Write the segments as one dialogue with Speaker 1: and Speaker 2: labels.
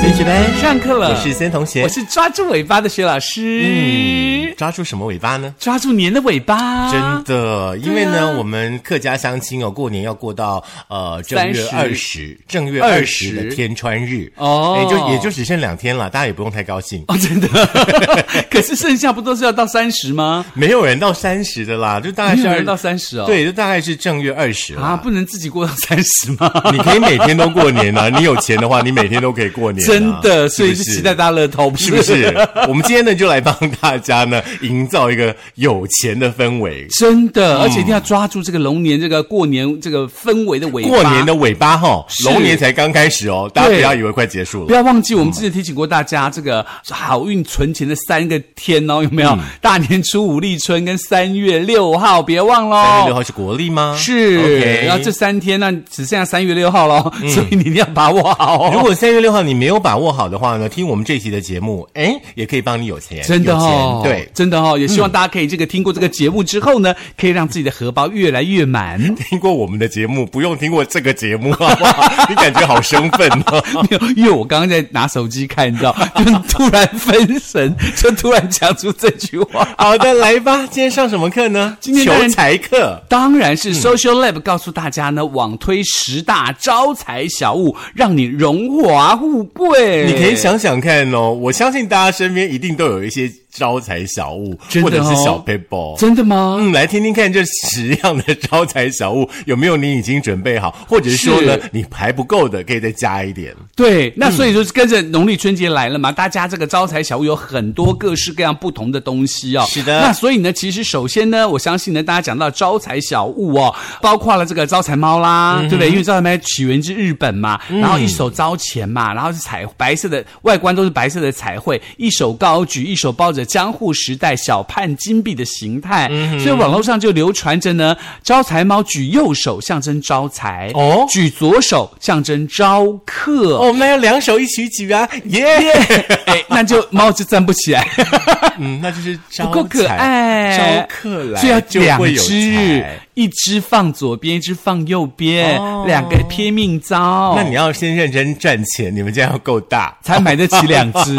Speaker 1: 同学们，
Speaker 2: 上课了，
Speaker 1: 我是森同学嗯
Speaker 2: 我。是抓住尾巴的薛老师，
Speaker 1: 抓住什么尾巴呢？
Speaker 2: 抓住您的尾巴，
Speaker 1: 真的，
Speaker 2: 啊
Speaker 1: 因为呢，我们客家相亲哦，过年要过到呃正月二十，正月二十的天穿日
Speaker 2: 哦
Speaker 1: 也就也就只剩两天了，大家也不用太高兴。
Speaker 2: 哦，真的。 可是剩下不都是要到三十吗？
Speaker 1: 没有人到三十的啦，就大概
Speaker 2: 没
Speaker 1: 是
Speaker 2: 有
Speaker 1: 二
Speaker 2: 人到三十哦。
Speaker 1: 对，就大概是正月二十
Speaker 2: 啊，
Speaker 1: 啦。
Speaker 2: 不能自己过到三十吗？
Speaker 1: 你可以每天都过年啊， 你有钱的话，你每天都可以过年啊、
Speaker 2: 真的，所以
Speaker 1: 是
Speaker 2: 是
Speaker 1: 不是
Speaker 2: 期待大乐透，
Speaker 1: 是不是？ 我们今天呢，就来帮大家呢，营造一个有钱的氛围。
Speaker 2: 真
Speaker 1: 嗯
Speaker 2: 的，而且一定要抓住这个龙年这个过年这个氛围的尾巴。
Speaker 1: 过年的尾巴哈，
Speaker 2: 是
Speaker 1: 龙年才刚开始哦，大家不要以为快结束
Speaker 2: 不
Speaker 1: 了。
Speaker 2: 要忘记，我们之前提醒过大家，这个好运存钱的三个天哦，有没有？
Speaker 1: 嗯
Speaker 2: 大年初五、立春跟三月六号，别忘喽。
Speaker 1: 三月六号是国历吗？
Speaker 2: 是
Speaker 1: OK 嗯
Speaker 2: 然后这三天那只剩下三月六号喽， 所以你一定要把握好、
Speaker 1: 哦如果三月六号你没有把握好的话呢，听我们这期的节目，哎，也可以帮你有钱，
Speaker 2: 真的哦，
Speaker 1: 有钱对。嗯
Speaker 2: 真的哦，也希望大家可以这个听过这个节目之后呢，可以让自己的荷包越来越满。
Speaker 1: 听过我们的节目，不用听过这个节目， 好不好？你感觉好生奋 哦。
Speaker 2: 没有，因为我刚刚在拿手机看，你知道， 就突然 分神，就突然讲出这句话。
Speaker 1: 好的，来吧，今天上什么课呢？
Speaker 2: 今天当
Speaker 1: 求
Speaker 2: 然
Speaker 1: 财课。
Speaker 2: 当然
Speaker 1: 嗯
Speaker 2: 是 Social Lab 告诉大家呢，网推十大招财小物，让你荣华富贵。
Speaker 1: 你可以想想看哦，我相信大家身边一定都有一些招财小物，
Speaker 2: 真的
Speaker 1: 或者是
Speaker 2: 哦
Speaker 1: 小 paper。
Speaker 2: 真的吗？
Speaker 1: 嗯，来听听看这十样的招财小物有没有你已经准备好，或者是说呢
Speaker 2: 是，
Speaker 1: 你还不够的，可以再加一点。
Speaker 2: 对，那所以说跟着农历春节来了嘛，大家这个招财小物有很多各式各样不同的东西哦。
Speaker 1: 是的
Speaker 2: 那所以呢，其实首先呢，我相信呢，大家讲到招财小物哦，包括了这个招财猫啦，
Speaker 1: 嗯
Speaker 2: 对不对？因为招财猫起源自日本嘛，然后一手招钱嘛，然后是彩白色的外观都是白色的彩绘，一手高举，一手抱着江户时代小判金币的形态，
Speaker 1: 嗯
Speaker 2: 所以网络上就流传着呢，招财猫举右手象征招财，
Speaker 1: 哦
Speaker 2: 举左手象征招客。
Speaker 1: 哦，那要两手一起举啊，耶、
Speaker 2: 哎，那就猫就站不起来，
Speaker 1: 嗯，那就是招
Speaker 2: 不够可
Speaker 1: 财
Speaker 2: 爱
Speaker 1: 招。客来
Speaker 2: 所以要
Speaker 1: 就
Speaker 2: 两
Speaker 1: 会有
Speaker 2: 只
Speaker 1: 财。，
Speaker 2: 一只放左边，一只放右边，
Speaker 1: 哦
Speaker 2: 两个贴命招，
Speaker 1: 那你要先认真赚钱，你们家要够 大，
Speaker 2: 才买得起两只。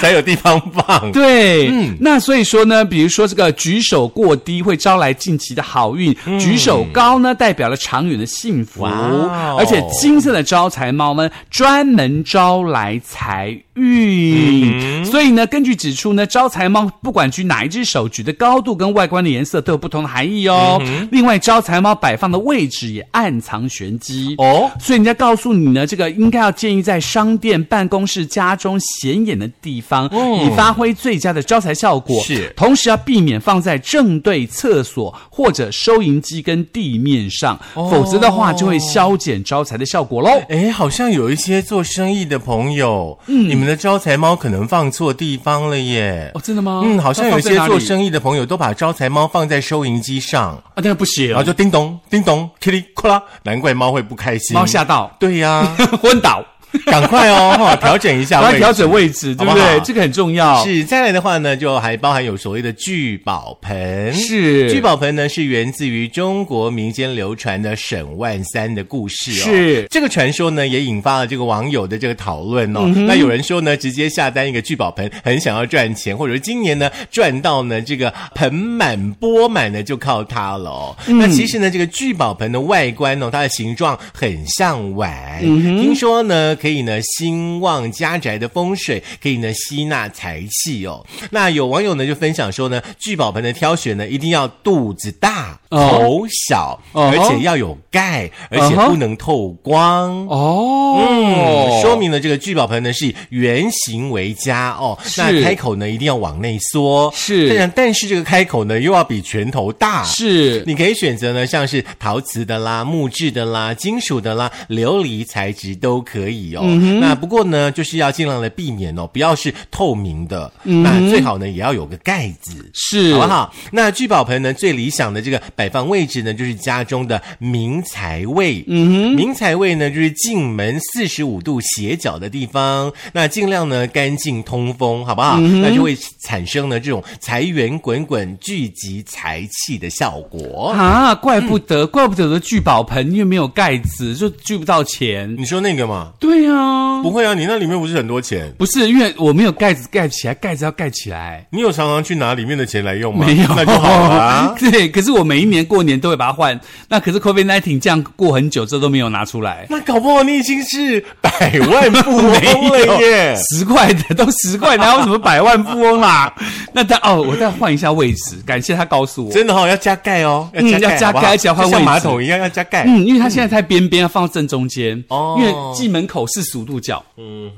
Speaker 1: 才有地方放。
Speaker 2: 对，
Speaker 1: 嗯
Speaker 2: 那所以说呢，比如说这个举手过低会招来近期的好运，举手高呢代表了长远的幸
Speaker 1: 嗯
Speaker 2: 福，
Speaker 1: 哇哦
Speaker 2: 而且金色的招财猫呢专门招来财运，
Speaker 1: 嗯
Speaker 2: 所以呢，根据指出呢，招财猫不管举哪一只手，举的高度跟外观的颜色都有不同的含义哦。
Speaker 1: 嗯
Speaker 2: 另外，招财猫摆放的位置也暗藏玄机
Speaker 1: 哦
Speaker 2: 所以人家告诉你呢，这个应该要建议在商店、办公室、家中显眼的地方，以发挥最佳的招财效果。
Speaker 1: 是
Speaker 2: 同时要避免放在正对厕所或者收银机跟地面上，否则的话就会消减招财的效果喽。
Speaker 1: 哎，好像有一些做生意的朋友，嗯，你们的招财猫可能放错地方了耶。
Speaker 2: 哦，真的吗？
Speaker 1: 嗯，好像有一些做
Speaker 2: 意
Speaker 1: 生意的朋友都把招财猫放在收银机上，
Speaker 2: 啊，那不行
Speaker 1: 然后，就叮咚叮咚，噼里啪啦，难怪猫会不开心。
Speaker 2: 猫吓到
Speaker 1: 对呀、
Speaker 2: 昏倒，
Speaker 1: 赶快哦，哈，调整一下位
Speaker 2: 然后
Speaker 1: 置，
Speaker 2: 调整位置，
Speaker 1: 好不
Speaker 2: 对不
Speaker 1: 好
Speaker 2: 对？这个很重要。
Speaker 1: 是，再来的话呢，就还包含有所谓的聚宝盆。
Speaker 2: 是
Speaker 1: 聚宝盆呢是源自于中国民间流传的沈万三的故事哦。
Speaker 2: 是
Speaker 1: 这个传说呢，也引发了这个网友的这个讨论哦。
Speaker 2: 嗯
Speaker 1: 那有人说呢，直接下单一个聚宝盆，很想要赚钱，或者今年呢赚到呢这个盆满钵满呢，就靠它了、哦。
Speaker 2: 嗯
Speaker 1: 那其实呢，这个聚宝盆的外观哦，它的形状很像碗。
Speaker 2: 嗯
Speaker 1: 听说呢，可以呢兴旺家宅的风水，可以呢吸纳财气哦。那有网友呢就分享说呢，聚宝盆的挑选呢一定要肚子大、
Speaker 2: 哦
Speaker 1: 头小，
Speaker 2: 哦
Speaker 1: 而且要有盖，而且
Speaker 2: 嗯哼
Speaker 1: 不能透光。
Speaker 2: 哦，
Speaker 1: 嗯，说明了这个聚宝盆呢是以圆形为佳哦，
Speaker 2: 是
Speaker 1: 那开口呢一定要往内缩，
Speaker 2: 是
Speaker 1: 但但是这个开口呢又要比拳头大，
Speaker 2: 是
Speaker 1: 你可以选择呢，像是陶瓷的啦、木质的啦、金属的啦、琉璃材质都可以意哦。
Speaker 2: 嗯
Speaker 1: 那不过呢，就是要尽量的避免哦，不要是透明的，
Speaker 2: 嗯
Speaker 1: 那最好呢也要有个盖子。
Speaker 2: 是
Speaker 1: 好不好？那聚宝盆呢，最理想的这个摆放位置呢，就是家中的明财位。嗯哼，明财位呢，就是进门四十五度斜角的地方。那尽量呢干净通风，好不好？
Speaker 2: 嗯
Speaker 1: 那就会产生呢这种财源滚滚、聚集财气的效果。
Speaker 2: 啊，怪不得，怪不得有的聚宝盆因为没有盖子，就聚不到钱。
Speaker 1: 你说那个嘛？
Speaker 2: 对啊，
Speaker 1: 不会啊，你那里面不是很多钱？
Speaker 2: 不是因为我没有盖子盖起来，盖子要盖起来。
Speaker 1: 你有常常去拿里面的钱来用吗？
Speaker 2: 没有，
Speaker 1: 那就好了啊、
Speaker 2: 对，可是我每一年过年都会把它换。那可是 COVID 1 9这样过很久，这都没有拿出来。
Speaker 1: 那搞不好你已经是百万富翁
Speaker 2: 没
Speaker 1: 了
Speaker 2: 有
Speaker 1: 耶！
Speaker 2: 十块的 都十块，哪有什么百万富翁啦？ 那他哦，我再换一下位置，感谢他告诉我。
Speaker 1: 真的哈、哦，要加盖哦，要加盖，
Speaker 2: 嗯要
Speaker 1: 好
Speaker 2: 加盖
Speaker 1: 不好
Speaker 2: 而且要换
Speaker 1: 就像
Speaker 2: 位置
Speaker 1: 马桶一样要加盖。
Speaker 2: 嗯，因为他现在在边边，要放正中间，
Speaker 1: 哦
Speaker 2: 因为进门口四十五度角
Speaker 1: 嗯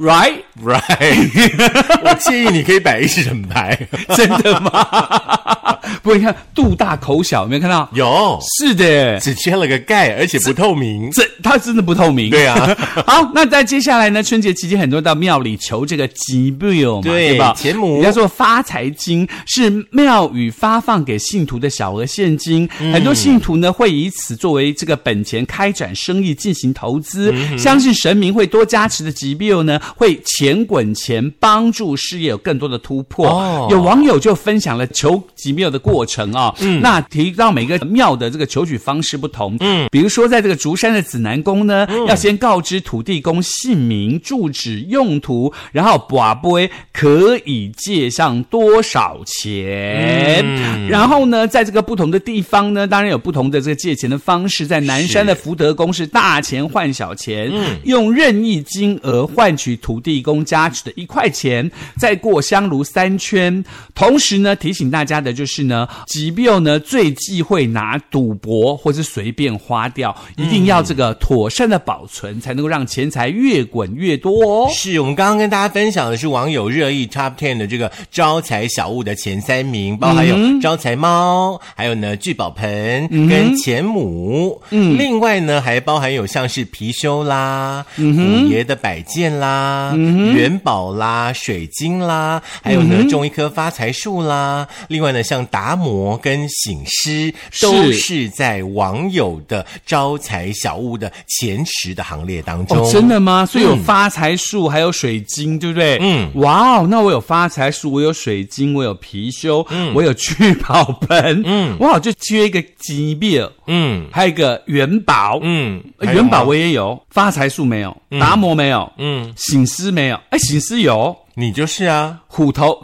Speaker 2: ，right？
Speaker 1: ，right，我建议你可以摆一整排，
Speaker 2: 真的吗？ 不过你看肚大口小，有没有看到？
Speaker 1: 有
Speaker 2: 是的，
Speaker 1: 只缺了个盖，而且不透 明。
Speaker 2: 这它真的不透明。
Speaker 1: 对啊，
Speaker 2: 好，那在接下来呢？春节期间，很多人到庙里求这个吉庙嘛，
Speaker 1: 对
Speaker 2: 吧？
Speaker 1: 钱母
Speaker 2: 人家说发财金是庙宇发放给信徒的小额现金，
Speaker 1: 嗯
Speaker 2: 很多信徒呢会以此作为这个本钱开展生意，进行投资。
Speaker 1: 嗯
Speaker 2: 相信神明会多加持的吉庙呢，会钱滚钱，帮助事业有更多的突破。
Speaker 1: 哦
Speaker 2: 有网友就分享了求吉庙的过程啊、那提到每个庙的这个求取方式不同，嗯，比如说在这个竹山的指南宫呢，要先告知土地公姓名、住址、用途，然后卜龟可以借上多少钱、然后呢，在这个不同的地方呢，当然有不同的这个借钱的方式，在南山的福德宫是大钱换小钱，用任意金额换取土地公加持的一块钱，再过香炉三圈。同时呢，提醒大家的就是呢，吉庙呢最忌讳拿赌博或是随便花掉，一定要这个妥善的保存，才能够让钱财越滚越多哦。
Speaker 1: 是我们刚刚跟大家分享的是网友热议 Top Ten 的这个招财小物的前三名，包含
Speaker 2: 嗯
Speaker 1: 有招财猫，还有呢聚宝盆跟钱母。嗯，另外呢还包含有像是貔貅啦、
Speaker 2: 嗯
Speaker 1: 虎爷的摆件啦、元宝啦、水晶啦，还有
Speaker 2: 嗯
Speaker 1: 呢种一棵发财树啦。另外呢像达摩跟醒狮都
Speaker 2: 是
Speaker 1: 是在网友的招财小物的前十的行列当中。
Speaker 2: 哦，真的吗？所以有发财树，还有水晶，对不对？
Speaker 1: 嗯，
Speaker 2: 哇哦，那我有发财树，我有水晶，我有貔貅，
Speaker 1: 嗯
Speaker 2: 我有聚宝盆，嗯，哇，我就缺一个金币，
Speaker 1: 嗯。
Speaker 2: 还有一个元宝，
Speaker 1: 嗯，
Speaker 2: 呃
Speaker 1: 还有
Speaker 2: 元
Speaker 1: 吗
Speaker 2: 宝我也有，发财树没有，达摩没有，
Speaker 1: 嗯，
Speaker 2: 醒狮没有，哎，醒狮有，
Speaker 1: 你就是啊，
Speaker 2: 虎头，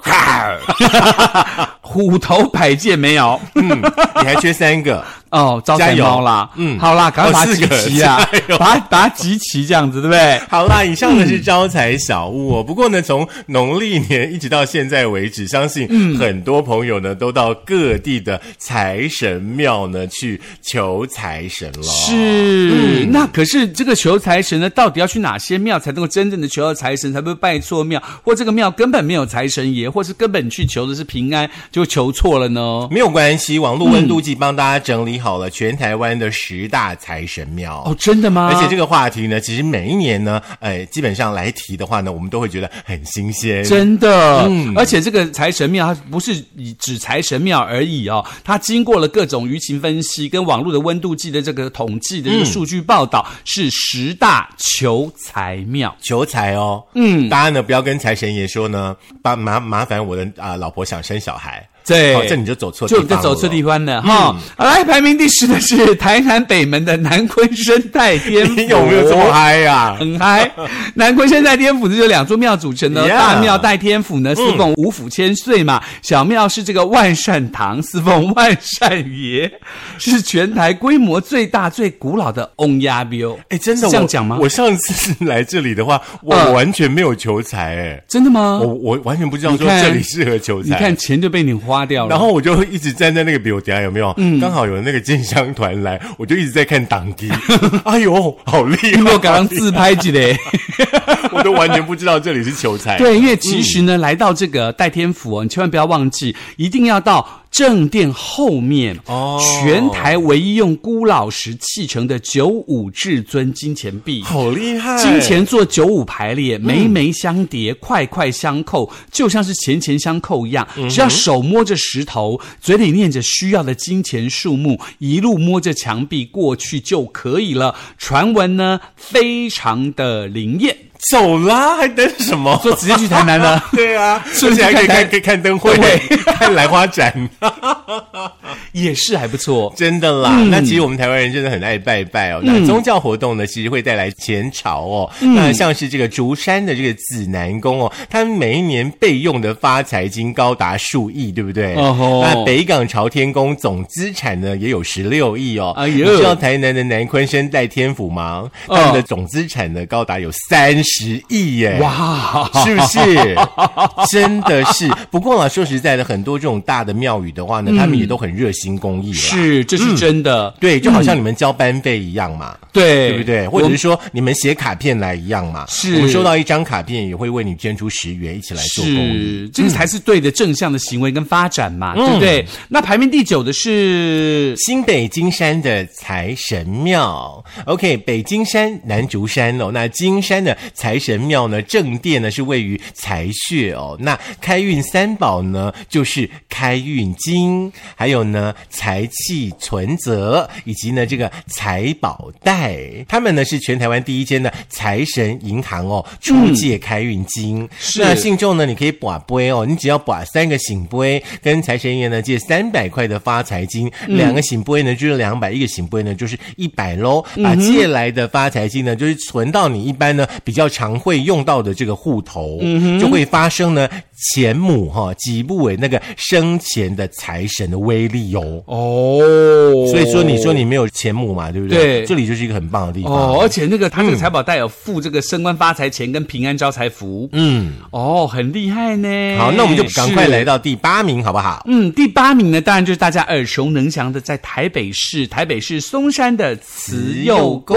Speaker 2: 虎头摆件没有，
Speaker 1: 嗯，你还缺三 个，
Speaker 2: 哦，招
Speaker 1: 加
Speaker 2: 财
Speaker 1: 油
Speaker 2: 猫啦，
Speaker 1: 嗯
Speaker 2: 好啦，赶快把它
Speaker 1: 哦四
Speaker 2: 集
Speaker 1: 个
Speaker 2: 齐啊
Speaker 1: 加，油
Speaker 2: 把它把它集齐这样子，对不对？
Speaker 1: 好啦，以上呢是招财小物哦。不过呢，从农历年一直到现在为止，相信很多朋友呢都到各地的财神庙呢去求财神了。
Speaker 2: 是，哦那可是这个求财神呢，到底要去哪些庙才能够真正的求到财神，才不会拜错庙，或这个庙根本没有财神爷，或是根本去求的是平安，就求错了呢？
Speaker 1: 没有关系，网络温度计帮大家整理好了全台湾的十大财神庙。
Speaker 2: 哦，真的吗？
Speaker 1: 而且这个话题呢，其实每一年呢，哎，基本上来提的话呢，我们都会觉得很新鲜。
Speaker 2: 真的，而且这个财神庙它不是以指财神庙而已哦，它经过了各种舆情分析跟网络的温度计的这个统计的这个数据报道，是十大求财庙。
Speaker 1: 求财哦，嗯，大家呢不要跟财神爷说呢，把麻麻烦我的啊、老婆想生小孩，
Speaker 2: 对
Speaker 1: 哦这你就走错地
Speaker 2: 就
Speaker 1: 方嗯
Speaker 2: 你
Speaker 1: 了，
Speaker 2: 在走错地方了哈。好来，排名第十的是台南北门的南昆生态天府，
Speaker 1: 你哎 有没有这么？嗨呀、
Speaker 2: 很嗨！南昆生态天府呢，就两座庙组成的
Speaker 1: Yeah 嗯
Speaker 2: 大庙代天府呢，侍奉五府千岁嘛；小庙是这个万善堂，侍奉万善爷，是全台规模最大、最古老的翁亚庙。
Speaker 1: 哎，真的
Speaker 2: 是
Speaker 1: 我
Speaker 2: 这样讲吗？
Speaker 1: 我上次来这里的话，我
Speaker 2: 嗯
Speaker 1: 完全没有求财，哎、
Speaker 2: 真的吗
Speaker 1: 我？我完全不知道说
Speaker 2: 你看
Speaker 1: 这里适合求
Speaker 2: 哦你
Speaker 1: 财。
Speaker 2: 看钱就被你花掉了，
Speaker 1: 然后我就一直站在那个表底下，有没有？嗯，刚好有那个进香团来，我就一直在看档 机。哎呦，好厉害！
Speaker 2: 你我刚刚自拍起 来。
Speaker 1: 我都完全不知道这里
Speaker 2: 哎
Speaker 1: 是求财。
Speaker 2: 对，因为其实呢，来到这个代天府哦，你千万不要忘记，一定要到正殿后面，
Speaker 1: 哦
Speaker 2: 全台唯一用孤老石砌成的九五至尊金钱币。
Speaker 1: 好厉害！
Speaker 2: 金钱做九五排列，枚枚相叠，块块相扣，就像是钱钱相扣一样。只要手摸着石头，嘴里念着需要的金钱数目，一路摸着墙壁过去就可以了。传闻呢，非常的灵验，
Speaker 1: 走啦，还等什么？
Speaker 2: 说直接去台南了。
Speaker 1: 对 啊，
Speaker 2: 顺
Speaker 1: 而
Speaker 2: 便
Speaker 1: 且还可以
Speaker 2: 看
Speaker 1: 看可以看灯会
Speaker 2: 灯会、
Speaker 1: 看兰花展，
Speaker 2: 也是还不错。
Speaker 1: 真的啦。那其实我们台湾人真的很爱拜拜哦。那宗教活动呢，其实会带来前朝哦。那像是这个竹山的这个指南宫哦，他们每一年备用的发财金高达数亿，对不对？
Speaker 2: 哦吼
Speaker 1: 那北港朝天宫总资产呢也有十六亿哦。
Speaker 2: 哎
Speaker 1: 你
Speaker 2: 呦
Speaker 1: 知道台南的南昆生代天府吗？他们
Speaker 2: 哦
Speaker 1: 的总资产呢高达有三十亿耶！
Speaker 2: 哇，
Speaker 1: 是不是？ 真的是。不过啊，说实在的，很多这种大的庙宇的话呢，他们也都很热心公益啦。，
Speaker 2: 嗯是这是真的，
Speaker 1: 对，就好像你们交班费一样嘛。
Speaker 2: 对
Speaker 1: 对不对？或者是说你们写卡片来一样嘛？
Speaker 2: 是
Speaker 1: 我们收到一张卡片，也会为你捐出十元，一起来做公益。
Speaker 2: 是，这个才是对的正向的行为跟发展嘛，对不对？那排名第九的是
Speaker 1: 新北金山的财神庙，OK，北金山、南竹山哦。那金山的财神庙呢，正殿呢是位于财穴哦。那开运三宝呢，就是开运金，还有呢财气存折，以及呢这个财宝袋。他们呢是全台湾第一间的财神银行哦，出借开运金。
Speaker 2: 是
Speaker 1: 那信众呢，你可以把杯哦，你只要把三个醒杯，跟财神爷呢借三百块的发财金，
Speaker 2: 嗯
Speaker 1: 两个醒杯呢就是两百，一个醒杯呢就是一百喽。
Speaker 2: 嗯
Speaker 1: 把借来的发财金呢，就是存到你一般呢比较常会用到的这个户头，
Speaker 2: 嗯
Speaker 1: 就会发生呢钱母哈、吉布韦那个生前的财神的威力哦。
Speaker 2: 哦，
Speaker 1: 所以说，你说你没有钱母嘛，对不对？
Speaker 2: 对
Speaker 1: 这里就是一个很棒的地方。
Speaker 2: 哦，而且那个他这个财宝袋有附这个升官发财钱跟平安招财符，
Speaker 1: 嗯，
Speaker 2: 哦，很厉害呢。
Speaker 1: 好，那我们就赶快
Speaker 2: 是
Speaker 1: 来到第八名，好不好？
Speaker 2: 嗯，第八名呢，当然就是大家耳熟能详的，在台北市台北市松山的慈幼宫。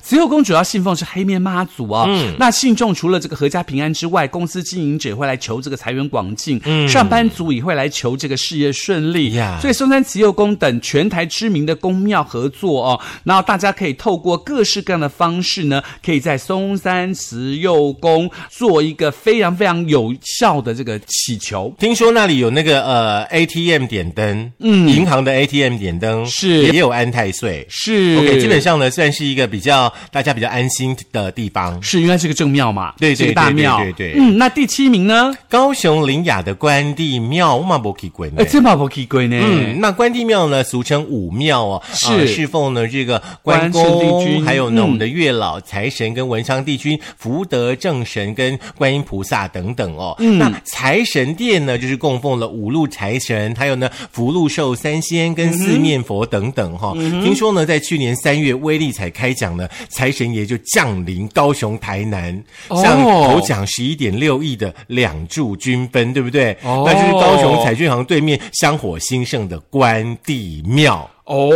Speaker 2: 慈幼宫主要信奉是黑面妈祖哦。那信众除了这个阖家平安之外，公司经营者也会来求这个财源广进，上班族也会来求这个事业顺利。
Speaker 1: 呀
Speaker 2: 所以松山慈幼宫等全台知名的宫庙合作哦，然后大家可以透过各式各样的方式呢，可以在松山慈幼宫做一个非常非常有效的这个祈求。
Speaker 1: 听说那里有那个呃 ATM 点灯，嗯，银行的 ATM 点灯
Speaker 2: 是
Speaker 1: 也有安太岁。
Speaker 2: 是
Speaker 1: OK，基本上呢，算是一个比较大家比较安心的地方。
Speaker 2: 是因为它是个正庙嘛，
Speaker 1: 对对
Speaker 2: 是个大
Speaker 1: 对对
Speaker 2: 庙，
Speaker 1: 对对
Speaker 2: 嗯，那第七名呢？
Speaker 1: 高雄林雅的关帝庙，我嘛没去过呢
Speaker 2: 哎，。这把不奇怪呢。
Speaker 1: 嗯，那关帝庙呢，俗称武庙哦，
Speaker 2: 是
Speaker 1: 呃侍奉呢这个关
Speaker 2: 关圣帝
Speaker 1: 公，
Speaker 2: 君
Speaker 1: 还有呢、
Speaker 2: 嗯
Speaker 1: 我们的月老、财神跟文昌帝君、福德正神跟观音菩萨等等哦。
Speaker 2: 嗯
Speaker 1: 那财神殿呢，就是供奉了五路财神，还有呢福禄寿三仙跟四面佛等等哈、哦。
Speaker 2: 嗯
Speaker 1: 听说呢，在去年三月威力才开讲呢，财神爷就降临高雄、台南，
Speaker 2: 哦
Speaker 1: 向头奖十一点六亿的两注均分，对不对？
Speaker 2: 哦
Speaker 1: 那就是高雄财。军行对面香火兴盛的关帝庙。
Speaker 2: 哦，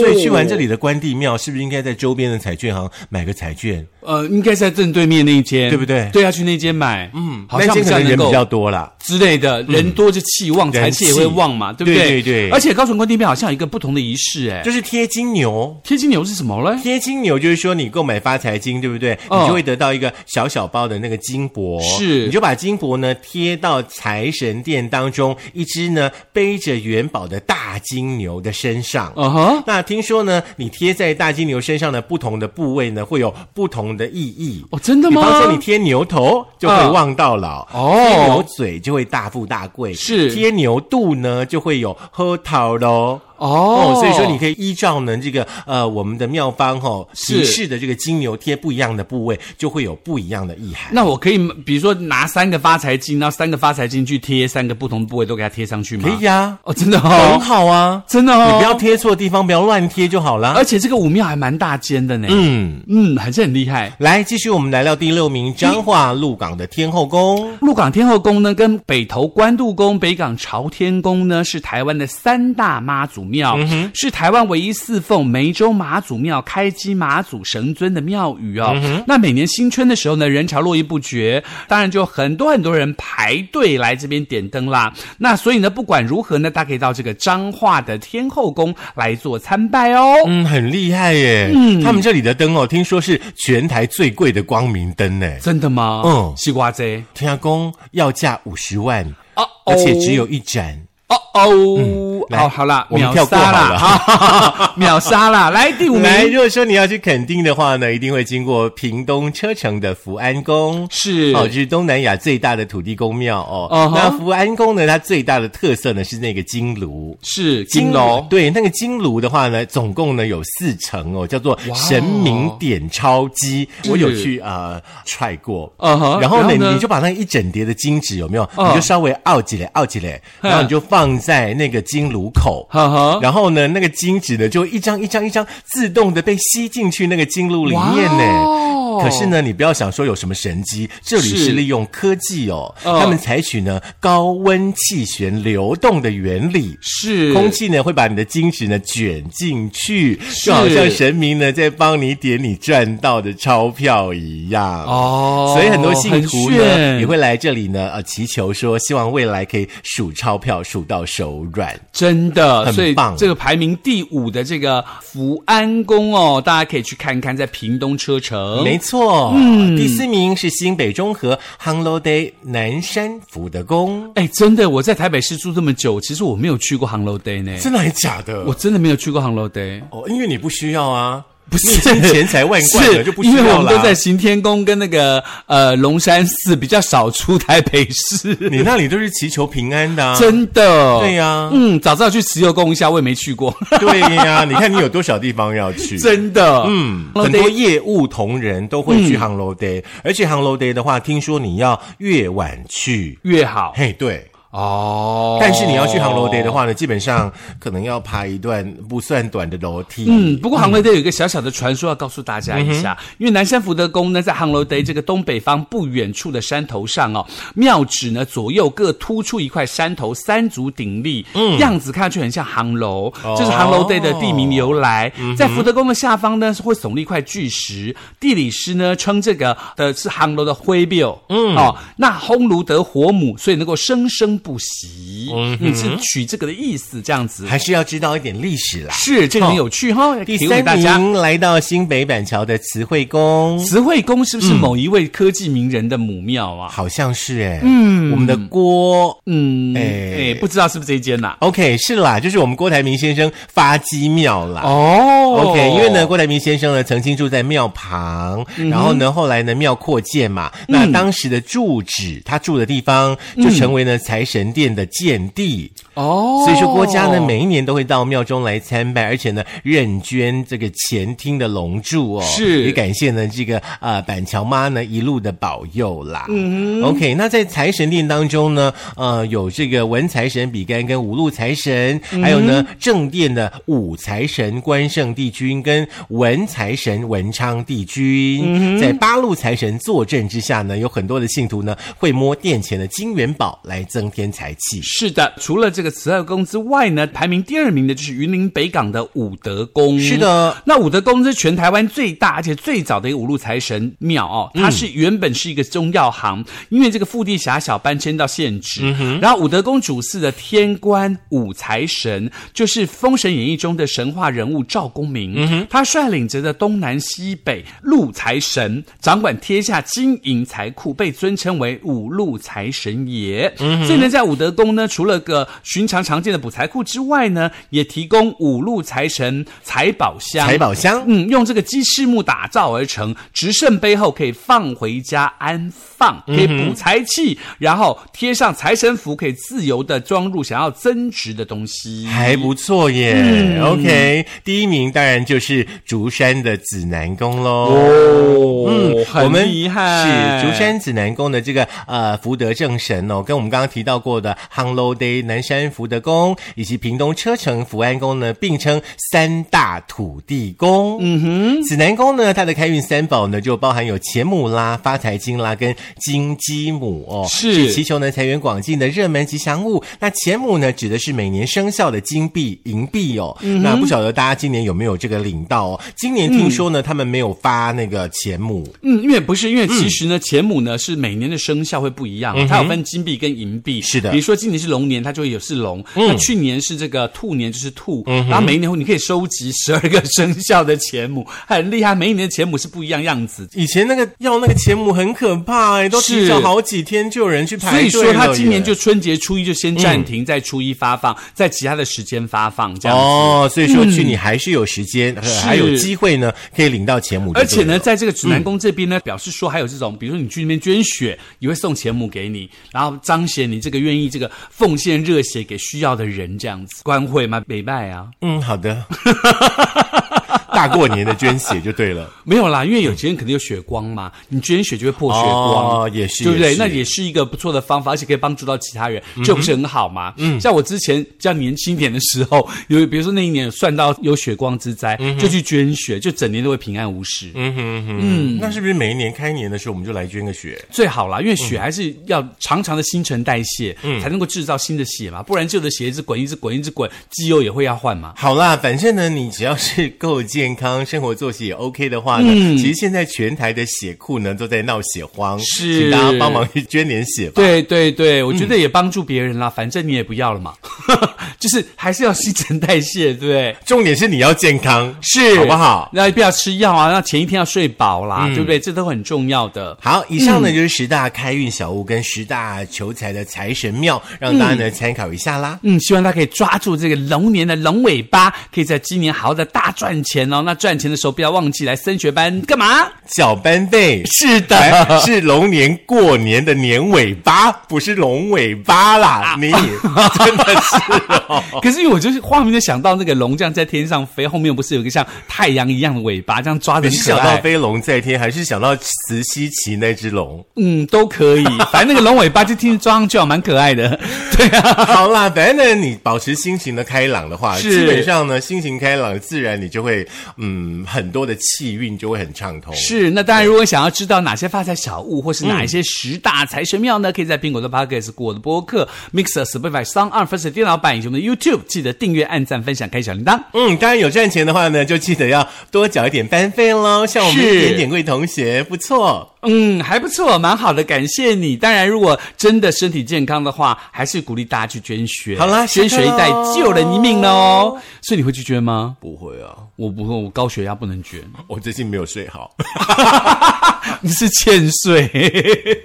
Speaker 1: 所以去完这，里的关帝庙，是不是应该在周边的彩券行买个彩券？
Speaker 2: 呃，应该是在正对面那一间，
Speaker 1: 对不对
Speaker 2: 对，要去那间买，嗯好
Speaker 1: 那
Speaker 2: 像
Speaker 1: 间
Speaker 2: 比
Speaker 1: 可
Speaker 2: 较
Speaker 1: 能
Speaker 2: 能
Speaker 1: 人比
Speaker 2: 够
Speaker 1: 较多啦。
Speaker 2: 之类的，人多就气旺，财气也会旺嘛，对不
Speaker 1: 对对
Speaker 2: 对？
Speaker 1: 对
Speaker 2: 而且高雄关帝庙好像有一个不同的仪式，哎，
Speaker 1: 就是贴金牛，
Speaker 2: 贴金牛是什么嘞？
Speaker 1: 贴金牛就是说你购买发财金，对不对？
Speaker 2: 嗯
Speaker 1: 你就会得到一个小小包的那个金箔，
Speaker 2: 是
Speaker 1: 你就把金箔呢贴到财神殿当中一只呢背着元宝的大金牛的身上。
Speaker 2: 嗯哼，
Speaker 1: 那听说呢，你贴在大金牛身上的不同的部位呢，会有不同的意义。
Speaker 2: 哦，真的
Speaker 1: 比
Speaker 2: 吗？
Speaker 1: 方说，你贴牛头就会旺到老，
Speaker 2: 嗯哦
Speaker 1: 贴牛嘴就会大富大贵，
Speaker 2: 是
Speaker 1: 贴牛肚呢就会有喝桃喽。
Speaker 2: 哦
Speaker 1: 所以说你可以依照呢这个呃我们的妙方吼、哦、
Speaker 2: 是
Speaker 1: 提示的这个金牛贴不一样的部位，就会有不一样的意涵。
Speaker 2: 那我可以比如说拿三个发财金，然后三个发财金去贴三个不同的部位，都给它贴上去吗？
Speaker 1: 可以啊呀、
Speaker 2: 哦，真的
Speaker 1: 很
Speaker 2: 哦，
Speaker 1: 好啊，
Speaker 2: 真的哦，
Speaker 1: 你不要贴错地方，不要乱贴就好啦
Speaker 2: 而。且这个武庙还蛮大间的呢。
Speaker 1: 嗯，
Speaker 2: 嗯，还是很厉害。
Speaker 1: 来继续我们来到第六名彰化鹿港的天后宫。
Speaker 2: 鹿港天后宫呢，跟北投关渡宫、北港朝天宫呢，是台湾的三大妈祖庙，
Speaker 1: 嗯
Speaker 2: 是台湾唯一侍奉梅州妈祖庙开基妈祖神尊的庙宇
Speaker 1: 嗯
Speaker 2: 哦。那每年新春的时候呢，人潮络绎不绝，当然就很多很多人排队来这边点灯啦。那所以呢，不管如何呢，大家可以到这个彰化的天后宫来做参拜哦。
Speaker 1: 嗯，很厉害耶。嗯，他们这里的灯哦，听说是全台最贵的光明灯呢。
Speaker 2: 真的吗？
Speaker 1: 嗯
Speaker 2: 西瓜贼
Speaker 1: 天下宫要价五十万，
Speaker 2: 哦，
Speaker 1: 而且只有一盏。
Speaker 2: 哦哦
Speaker 1: 来
Speaker 2: 哦，好啦，
Speaker 1: 我们
Speaker 2: 秒
Speaker 1: 跳过好
Speaker 2: 杀
Speaker 1: 了
Speaker 2: 啦，哈， 秒杀啦！来第五
Speaker 1: 嗯来，
Speaker 2: 名
Speaker 1: 如果说你要去垦丁的话呢，一定会经过屏东车城的福安宫。
Speaker 2: 是
Speaker 1: 哦，这是东南亚最大的土地公庙哦。
Speaker 2: 嗯哼
Speaker 1: 那福安宫呢，它最大的特色呢是那个金炉。
Speaker 2: 是金龙，
Speaker 1: 对那个金炉的话呢，总共呢有四层哦，叫做神明点钞机，
Speaker 2: 是
Speaker 1: 我有去呃踹过。
Speaker 2: 嗯哼
Speaker 1: 然后呢，
Speaker 2: 然后呢
Speaker 1: 你就把那一整叠的金纸有没有？
Speaker 2: 嗯
Speaker 1: 你就稍微凹起来，凹起来，
Speaker 2: 嗯
Speaker 1: 然后你就放在那个金炉口。
Speaker 2: 呵呵，
Speaker 1: 然后呢，那个金纸呢，就一张一张一张自动的被吸进去那个金炉里
Speaker 2: 哇
Speaker 1: 面呢。
Speaker 2: 哦
Speaker 1: 可是呢，你不要想说有什么神机，这里
Speaker 2: 是
Speaker 1: 是利用科技哦，
Speaker 2: 嗯
Speaker 1: 他们采取呢高温气旋流动的原理。
Speaker 2: 是
Speaker 1: 空气呢会把你的金纸呢卷进去，
Speaker 2: 是
Speaker 1: 就好像神明呢在帮你点你赚到的钞票一样。
Speaker 2: 哦
Speaker 1: 所以很多信徒
Speaker 2: 很炫
Speaker 1: 呢也会来这里呢，呃，祈求说希望未来可以数钞票数到手软。
Speaker 2: 真的，
Speaker 1: 很
Speaker 2: 所以
Speaker 1: 棒
Speaker 2: 这个排名第五的这个福安宫哦，大家可以去看看，在屏东车城。
Speaker 1: 没错，嗯，第四名是新北中和 h a n l o Day 南山福德宫，
Speaker 2: 哎，真的，我在台北市住这么久，其实我没有去过航楼 day 呢，
Speaker 1: 真的还假的？
Speaker 2: 哎我真的没有去过航楼 day。
Speaker 1: 哦，因为你不需要啊，
Speaker 2: 不是
Speaker 1: 你已经钱财万贯了，
Speaker 2: 是
Speaker 1: 就不需
Speaker 2: 因为
Speaker 1: 要
Speaker 2: 我们都
Speaker 1: 啦
Speaker 2: 在。行天宫跟那个呃龙山寺比较少出台北 市，
Speaker 1: 你那里都是祈求平安的、啊，
Speaker 2: 真的。
Speaker 1: 对呀
Speaker 2: 嗯，早知道去石油宫一下，我也没去过，
Speaker 1: 对呀、你看你有多少地方要去？
Speaker 2: 真的。
Speaker 1: 嗯，很多业务同仁都会
Speaker 2: 嗯
Speaker 1: 去 Hang Lo Day，、而且 Hang Lo Day 的话，听说你要越晚去，
Speaker 2: 越好
Speaker 1: 嘿，对。
Speaker 2: 哦。
Speaker 1: 但是你要去 Hang Lo Day 的话呢，基本上可能要爬一段不算短的楼梯。
Speaker 2: 嗯，不过杭楼 day 有一个小小的传说要告诉大家一
Speaker 1: 嗯
Speaker 2: 下，因为南山福德宫呢，在杭楼 day 这个东北方不远处的山头上哦，庙址呢左右各突出一块山头，三足鼎立，
Speaker 1: 嗯
Speaker 2: 样子看上去很像杭楼，
Speaker 1: 哦
Speaker 2: 这是杭楼 day 的地名由来。
Speaker 1: 嗯
Speaker 2: 在福德宫的下方呢，是会耸立一块巨石，地理师呢称这个的是杭楼的徽biểu，嗯，哦，那烘炉得火母，所以能够生生不息，嗯，是取这个的意思，这样子。
Speaker 1: 还是要知道一点历史啦。
Speaker 2: 是，这个很有趣哈、哦，
Speaker 1: 第
Speaker 2: 提供给
Speaker 1: 三
Speaker 2: 大家。
Speaker 1: 名来到新北板桥的慈惠宫，
Speaker 2: 慈惠宫是不是某一位科技名人的母庙啊？
Speaker 1: 好像是哎、嗯，我们的郭，
Speaker 2: 嗯，哎、
Speaker 1: 哎
Speaker 2: 不知道是不是这一间呐、
Speaker 1: OK 是啦，就是我们郭台铭先生发鸡庙啦。
Speaker 2: 哦
Speaker 1: OK，因为呢，郭台铭先生呢曾经住在庙旁，然后呢，后来呢庙扩建嘛，那当时的住址，他住的地方就成为呢财神殿的建地，
Speaker 2: 哦，
Speaker 1: 所以说郭家呢每一年都会到庙中来参拜，而且呢认捐这个前厅的龙柱哦，
Speaker 2: 是
Speaker 1: 也感谢呢这个呃板桥妈呢一路的保佑啦。嗯，OK，那在财神殿当中呢，呃有这个文财神比干跟五路财神，
Speaker 2: 嗯
Speaker 1: 还有呢正殿的武财神关圣帝君跟文财神文昌帝君，
Speaker 2: 嗯
Speaker 1: 在八路财神坐镇之下呢，有很多的信徒呢会摸殿前的金元宝来增添财气。
Speaker 2: 是的，除了这个慈惠宫之外呢，排名第二名的就是云林北港的武德宫。
Speaker 1: 是的，
Speaker 2: 那武德宫是全台湾最大而且最早的一个五路财神庙哦，它是原本是一个中药行，因为这个腹地狭小搬迁到现址。然后武德宫主祀的天官武财神就是《封神演义》中的神话人物赵公明，他率领着的东南西北陆财神，掌管天下金银财库，被尊称为五路财神爷。所以呢，在武德宫呢，除了个寻常常见的补财库之外呢，也提供五路财神财宝箱。
Speaker 1: 财宝箱，
Speaker 2: 嗯，用这个鸡翅木打造而成，执圣杯后可以放回家安放，
Speaker 1: 嗯
Speaker 2: 可以补财气，然后贴上财神符，可以自由的装入想要增值的东西。
Speaker 1: 还不错耶。OK，第一名当然就是竹山的指南宫喽。
Speaker 2: 哦，
Speaker 1: 嗯，我
Speaker 2: 很
Speaker 1: 们
Speaker 2: 厉害，
Speaker 1: 是竹。山指南宫的这个呃福德正神哦，跟我们刚刚提到绍过的 Hanglo Day 南山福德宫以及屏东车城福安宫呢，并称三大土地公。嗯哼，指南宫呢，它的开运三宝呢，就包含有钱母啦、发财金啦跟金鸡母哦，
Speaker 2: 是
Speaker 1: 祈求呢财源广进的热门吉祥物。那钱母呢，指的是每年生效的金币、银币哦。
Speaker 2: 嗯
Speaker 1: 那不晓得大家今年有没有这个领到哦？今年听说呢，他们没有发那个钱母。
Speaker 2: 嗯，因为不是，因为其实呢，钱母呢是每年的生肖会不一样，它有分金币跟银币。
Speaker 1: 嗯是的嗯
Speaker 2: 比如说今年是龙年，它就会有是龙；那去年是这个兔年，就是兔。然后每一年你可以收集十二个生肖的钱母，很厉害。每一年的钱母是不一样样子的。
Speaker 1: 以前那个要那个钱母很可怕哎、都提早
Speaker 2: 是
Speaker 1: 好几天就有人去排
Speaker 2: 所
Speaker 1: 队
Speaker 2: 以
Speaker 1: 了嗯
Speaker 2: 说，他今年
Speaker 1: 耶
Speaker 2: 就春节初一就先暂停，在初一发放，在其他的时间发放这样子。嗯
Speaker 1: 哦，所以说去你还是有时间，呃
Speaker 2: 是
Speaker 1: 还有机会呢，可以领到钱母就对
Speaker 2: 而
Speaker 1: 了。
Speaker 2: 且呢，在这个指南宫这边呢，表示说还有这种，比如说你去那边捐血，也会送钱母给你，然后彰显你这个愿意这个奉献热血给需要的人这样子，关会吗？北拜啊，
Speaker 1: 嗯，好的， 大过年的捐血就对了。
Speaker 2: 没有啦，因为有些人可能有血光嘛，你捐血就会破血光，
Speaker 1: 哦也是
Speaker 2: 对不
Speaker 1: 也
Speaker 2: 对？
Speaker 1: 是
Speaker 2: 那也是一个不错的方法，而且可以帮助到其他人，这不是很好吗？嗯，像我之前比较年轻一点的时候，有比如说那一年有算到有血光之灾，就去捐血，就整年都会平安无事。
Speaker 1: 嗯哼哼，嗯，那是不是每一年开年的时候我们就来捐个血？
Speaker 2: 最好啦，因为血还是要常常的新陈代谢，
Speaker 1: 嗯
Speaker 2: 才能够制造新的血嘛，不然旧的血一直滚，一直滚，一直滚，肌肉也会要换嘛。
Speaker 1: 好啦，反正呢，你只要是够健康，生活作息也 OK 的话呢，
Speaker 2: 嗯
Speaker 1: 其实现在全台的血库呢都在闹血荒，
Speaker 2: 是
Speaker 1: 请大家帮忙去捐点血吧。
Speaker 2: 对对对，我觉
Speaker 1: 嗯
Speaker 2: 得也帮助别人啦，反正你也不要了嘛， 就是还是要新陈代谢，对不对？
Speaker 1: 重点是你要健康，
Speaker 2: 是
Speaker 1: 好不好？嗯
Speaker 2: 那不要吃药啊，那前一天要睡饱啦，对不对？这都很重要的。
Speaker 1: 好，以上呢、就是十大开运小物跟十大求财的财神庙，让大家呢、参考一下啦。
Speaker 2: 嗯，希望大家可以抓住这个龙年的龙尾巴，可以在今年好好的大赚钱哦。那赚钱的时候不要忘记来升学班干嘛？
Speaker 1: 小班费
Speaker 2: 是
Speaker 1: 哎是龙年过年的年尾巴，不是龙尾巴
Speaker 2: 啊
Speaker 1: 啦，你真的是 哦。
Speaker 2: 可是因为我就是画面就想到那个龙这样在天上飞，后面不是有一个像太阳一样的尾巴，这样抓着
Speaker 1: 你
Speaker 2: 很
Speaker 1: 是
Speaker 2: 可
Speaker 1: 想到
Speaker 2: 爱。
Speaker 1: 飞龙在天，还是想到慈禧骑那只龙？
Speaker 2: 嗯，都可以，反正那个龙尾巴就听着抓上去，蛮可 爱的。对啊，
Speaker 1: 好啦，反正呢，你保持心情的开朗的话，
Speaker 2: 是
Speaker 1: 基本上呢，心情开朗，自然你就会嗯，很多的气运就会很畅通。
Speaker 2: 是。那当然，如果想要知道哪些发财小物，或是哪一些十大财神庙呢，可以在苹果的 Podcast、我的播客、Mixer、Spotify、s o n g On、First 电脑版以及我们的 YouTube，记得订阅、按赞、分享、开小铃铛。
Speaker 1: 嗯，当然有赚钱的话呢，就记得要多缴一点班费喽。像我们
Speaker 2: 是
Speaker 1: 一点点贵同学，不错。
Speaker 2: 嗯，还不错，蛮好的，感谢你。当然，如果真的身体健康的话，还是鼓励大家去捐血。
Speaker 1: 好啦
Speaker 2: 捐
Speaker 1: 下课
Speaker 2: 血一代
Speaker 1: 喽
Speaker 2: 救人一命喽。所以你会去捐吗？
Speaker 1: 不会啊，
Speaker 2: 我不会，我高血压不能捐，
Speaker 1: 我最近没有睡好。
Speaker 2: 你是欠税。